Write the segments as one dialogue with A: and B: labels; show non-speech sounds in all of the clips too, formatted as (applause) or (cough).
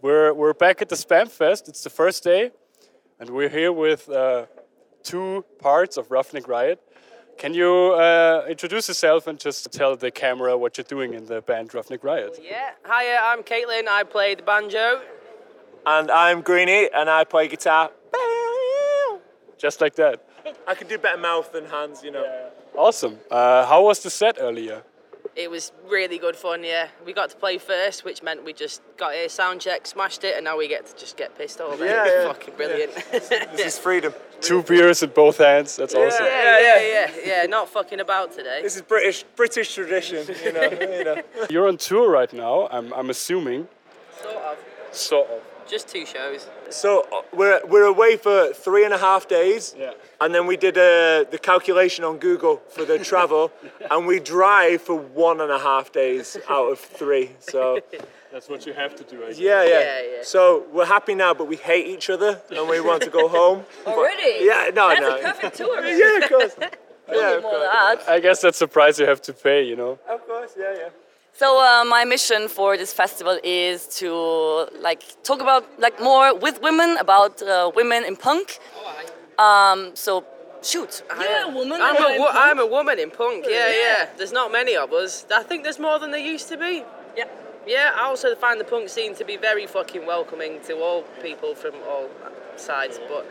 A: we're back at the Spam Fest. It's the first day, and we're here with uh, two parts of Roughneck Riot. Can you uh, introduce yourself and just tell the camera what you're doing in the band Roughneck Riot?
B: Yeah. Hiya, I'm Caitlin. I play the banjo.
C: And I'm Greeny, and I play guitar.
A: Just like that.
C: I can do better mouth than hands, you know.
A: Awesome. Uh, how was the set earlier?
B: It was really good fun, yeah. We got to play first, which meant we just got a sound check, smashed it, and now we get to just get pissed all day. (laughs)
C: Yeah, yeah.
B: Fucking brilliant. (laughs)
C: This is freedom.
A: Two beers in both hands. That's awesome.
B: yeah,
C: Yeah,
B: yeah,
C: yeah.
B: yeah, yeah. Not fucking about today.
C: This is British British tradition, you know. (laughs) you know.
A: You're on tour right now. I'm, I'm assuming.
B: Sort of.
A: Sort of.
B: Just two shows.
C: So uh, we're we're away for three and a half days,
A: Yeah.
C: and then we did uh, the calculation on Google for the travel, (laughs) and we drive for one and a half days out of three. (laughs) So
A: That's what you have to do. I guess.
C: yeah, yeah.
B: Yeah, yeah.
C: So we're happy now, but we hate each other, and we want to
D: (laughs)
C: go home.
D: Already?
C: Yeah, no,
D: Oh, That's
C: no.
D: a perfect tour.
C: (laughs) yeah, of
D: (laughs)
C: course. Yeah,
D: Nothing
C: of
D: more than
C: course.
D: that.
A: I guess that's the price you have to pay. You know.
C: Of course, yeah, yeah.
D: So uh, my mission for this festival is to like talk about like more with women about uh, women in punk. Um, so shoot, you're a woman.
B: I'm
D: and
B: a,
D: in
B: wo-
D: punk.
B: I'm a woman in punk. Yeah, yeah, There's not many of us. I think there's more than there used to be.
D: Yeah.
B: Yeah, I also find the punk scene to be very fucking welcoming to all people from all sides, but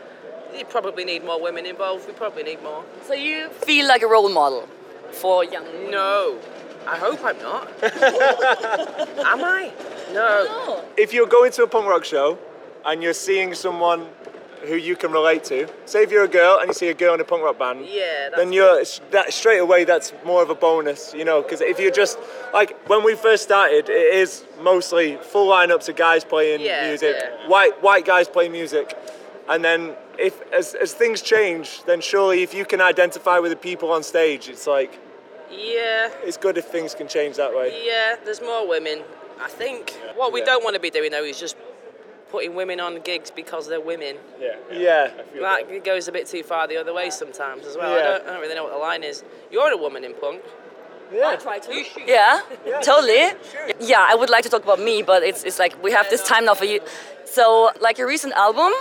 B: you probably need more women involved. We probably need more.
D: So you feel like a role model for young. women.
B: No, I hope I'm not.
D: (laughs)
B: Am I? No.
D: No.
C: if you're going to a punk rock show and you're seeing someone who you can relate to, say if you're a girl and you see a girl in a punk rock band,
B: Yeah, that's
C: then you're that straight away. That's more of a bonus, you know, because if you're just like when we first started, it is mostly full lineups of guys playing
B: Yeah,
C: music,
B: yeah.
C: white white guys playing music, and then if as, as things change, then surely if you can identify with the people on stage, it's like
B: Yeah,
C: it's good if things can change that way.
B: yeah. There's more women. I think. What we
C: Yeah.
B: don't want to be doing though is just putting women on gigs because they're women.
A: Yeah.
C: Yeah.
B: Like it goes a bit too far the other way sometimes as well. I,
C: Yeah.
B: don't, I don't really know what the line is. You're a woman in punk.
D: I try to. Yeah, totally. Yeah, I would like to talk about me, but it's, it's like we have this time now for you. So, like your recent album,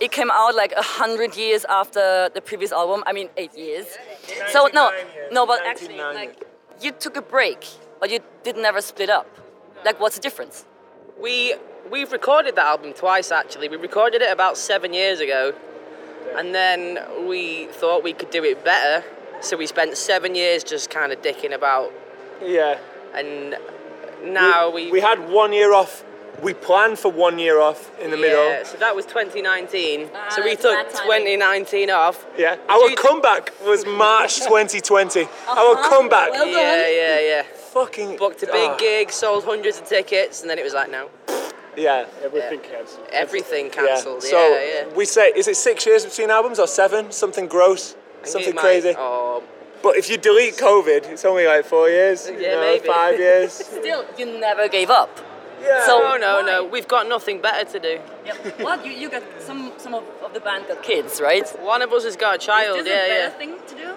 D: it came out like a hundred years after the previous album. I mean, eight years. So no,
C: 99 years.
D: no, but actually,
C: 99
D: like you took a break, but you did never split up. Like, what's the difference?
B: We we've recorded that album twice actually. We recorded it about seven years ago, and then we thought we could do it better. So we spent seven years just kind of dicking about,
C: Yeah.
B: and now we
C: we had one year off. We planned for one year off in the
B: yeah.
C: middle.
B: So that was 2019. so we
D: Ah, that's
B: took
D: bad timing.
B: 2019 off.
C: Yeah. Our
B: you-
C: comeback
B: (laughs)
C: was March 2020. Our comeback.
D: Well done.
B: Yeah, yeah, yeah.
C: Fucking
B: Booked a big
C: Ah,
B: gig, sold hundreds of tickets, and then it was like, no,
C: Yeah.
A: Everything cancelled.
B: everything
C: Yeah.
B: cancelled. Yeah,
C: so
B: yeah.
C: we say, is it six years between albums or seven? Something gross. Something
B: It might-
C: crazy.
B: Oh,
C: But if you delete COVID, it's only like four years. you
B: Yeah,
C: know,
B: maybe.
C: Five years.
B: (laughs)
D: Still, you never gave up.
C: yeah.
D: So-
B: no, no,
D: Why?
B: no. We've got nothing better to do.
D: Yep. well, you, you got some some of, of the band got kids, right?
B: One of us has got a child.
D: is this
B: yeah,
D: a
B: yeah.
D: better thing to do?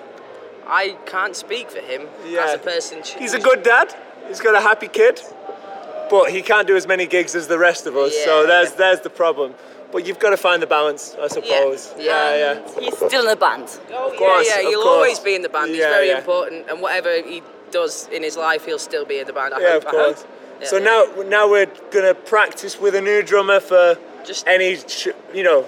B: I can't speak for him as
C: Yeah.
B: a person. sh-
C: He's a good dad. He's got a happy kid, but he can't do as many gigs as the rest of us. So
B: Yeah.
C: there's there's the problem. But you've got to find the balance, I suppose.
B: yeah.
C: yeah. yeah.
D: Um, He's still in a band.
B: Oh,
C: course,
B: yeah, yeah.
C: of
B: He'll
C: course.
B: always be in the band. He's
C: Yeah,
B: very
C: yeah.
B: important, and whatever he does in his life, he'll still be in the band. I
C: Yeah,
B: hope,
C: of course.
B: I hope. Yeah,
C: so
B: yeah.
C: now now we're gonna practice with a new drummer for
B: Just-
C: any sh- you know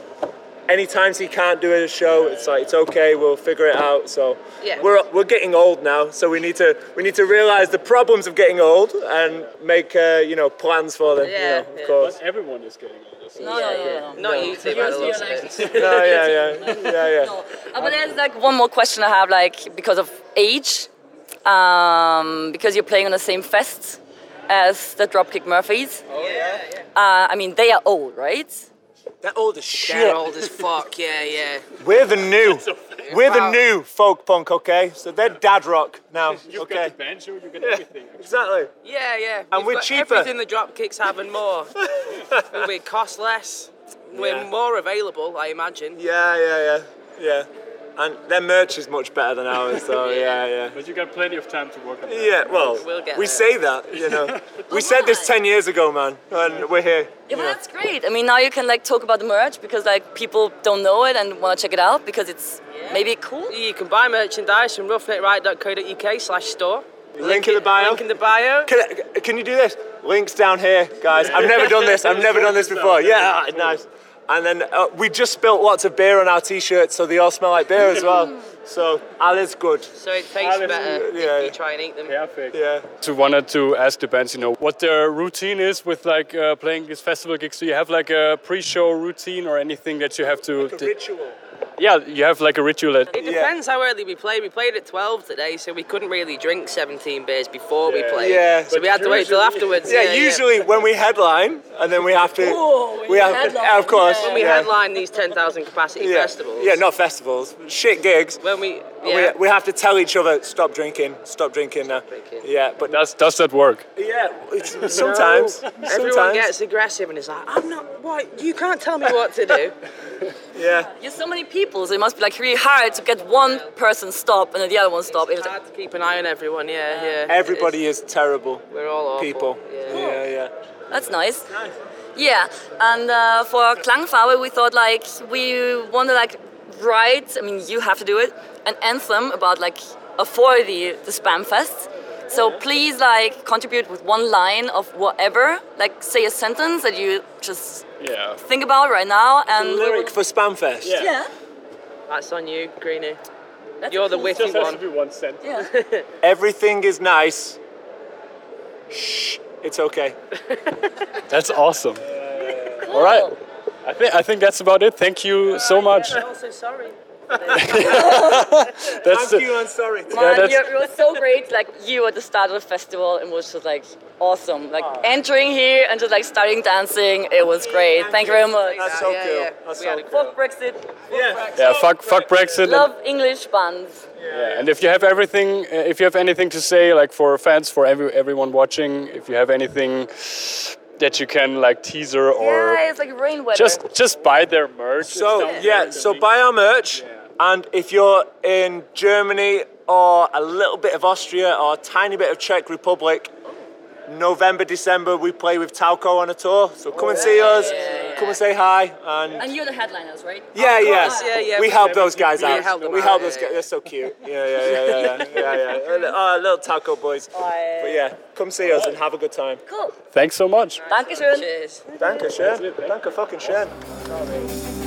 C: any times he can't do a show. It's like it's okay. We'll figure it out. So
B: Yeah.
C: we're we're getting old now. So we need to we need to realize the problems of getting old and make uh, you know plans for them.
B: Yeah,
C: You know, of
B: yeah.
C: course.
A: everyone is getting older. So
D: No, no, no, no.
B: Not you two, by the looks of it.
C: no, (laughs) yeah, yeah, yeah, yeah.
D: No. Uh, but there's like one more question I have, like because of age, um, because you're playing on the same fest as the Dropkick Murphys. Oh yeah. Uh, I mean, they are old, right?
C: That old as
B: They're old as fuck. Yeah, yeah.
C: We're the new, we're the
B: Wow.
C: new folk punk. Okay, so they're dad rock now.
A: (laughs) You okay.
C: okay,
A: get the banjo. You get everything.
C: exactly.
B: Yeah, yeah.
C: And
B: We've
C: we're
B: got
C: cheaper.
B: Everything the drop kicks have and
C: (laughs)
B: more. we cost less. We're
C: Yeah.
B: more available, I imagine.
C: Yeah, yeah, yeah, yeah. and their merch is much better than ours. So yeah, yeah.
A: But you got plenty of time to work on that.
C: Yeah, well,
B: We'll get
C: we
B: there.
C: say that, you know. we said this
D: why?
C: 10 years ago, man, and we're here.
D: Yeah, but that's great. I mean, now you can like talk about the merch because like people don't know it and want to check it out because it's maybe cool.
B: You can buy merchandise from roughnetright.co.uk slash store.
C: Link in the bio.
B: Link in the bio.
C: Can, can you do this? Links down here, guys. I've never done this. I've never done this before. Yeah, ah, nice. And then uh, we just spilt lots of beer on our t-shirts, so they all smell like beer as well. So all is good.
B: So it tastes
A: Ah, that's-
B: better
C: yeah.
B: if you try and eat them.
A: Perfect.
C: Yeah.
A: To wanted to ask the bands, you know, what their routine is with like uh, playing these festival gigs. Do you have like a pre-show routine or anything that you have to?
C: Ritual.
A: yeah, you have like a ritual. That,
B: It depends how early we play. We played at 12 today, so we couldn't really drink 17 beers before we played.
C: Yeah.
B: So we had to wait till afterwards.
C: Yeah, usually when we headline, and then we have to.
D: Ooh, when
C: we
D: you
C: have,
D: headline,
C: of course.
D: yeah.
B: When we
C: yeah.
B: headline these 10,000 capacity
C: yeah.
B: festivals.
C: Yeah, not festivals. Shit gigs.
B: When we.
C: We-
B: Yeah.
C: We, have to tell each other, stop drinking, stop drinking now.
B: drinking.
C: Yeah, but
A: does does that work?
C: yeah, it's, sometimes,
B: Everyone
C: sometimes,
B: gets aggressive and is like, I'm not. What? You can't tell me what to
C: (laughs)
B: do.
C: yeah,
D: There's so many people, so it must be like really hard to get one person stop and then the other one stop.
B: It's hard to keep an eye on everyone, yeah, yeah.
C: everybody is terrible
B: It's- we're all awful.
C: people.
B: Yeah.
C: yeah, yeah.
D: That's nice. Yeah, and uh, for Klangfarbe, we thought like we want to like write. I mean, you have to do it. An anthem about like authority, the spam fest. So please like contribute with one line of whatever. Like say a sentence that you just
A: Yeah.
D: think about right now and we
C: Lyric
D: will-
C: for Spamfest.
A: Yeah.
D: yeah.
B: That's on you, Greenie.
D: That's
B: You're the
D: cool.
B: witty one.
A: be one sentence.
D: Yeah.
C: Everything is nice. Shh, it's okay.
A: That's awesome. All right. I think I think that's about it. Thank you so much.
B: Yeah, also sorry.
A: That's the-
C: I'm (laughs) sorry.
D: Man,
A: that's-
D: you're, you're so great. Like you at the start of the festival, it was just like awesome. Like entering here and just like starting dancing, it was great. Thank you very much.
C: That's so
B: Yeah,
C: cool.
B: yeah.
C: That's
B: We
C: so
B: had a
C: cool.
D: Fuck Brexit.
C: Yeah.
A: yeah. Fuck fuck Brexit. and-
D: Love English bands.
A: Yeah, and if you have everything, uh, if you have anything to say, like for fans, for every, everyone watching, if you have anything that you can like teaser or
D: yeah, it's like rain weather.
A: just just buy their merch.
C: So yeah, so buy our merch, and if you're in Germany or a little bit of Austria or a tiny bit of Czech Republic, November, December we play with Talco on a tour. So come and
B: Oh,
C: see us, come and say hi, and
D: and you're the headliners, right? Oh,
C: yeah, yeah.
B: course, Oh, yeah, yeah.
C: we help those guys
B: We
C: out.
B: help them
C: we
B: out,
C: help
B: yeah,
C: those
B: yeah.
C: guys. They're so cute. Yeah, yeah, yeah, yeah, yeah, yeah.
B: (laughs)
C: yeah. And, uh, little Talco boys.
D: yeah.
C: But yeah, come see us and have a good time.
D: Cool.
A: Thanks so much.
D: Dankeschön.
B: Cheers.
C: Danke schön. Danke fucking schön.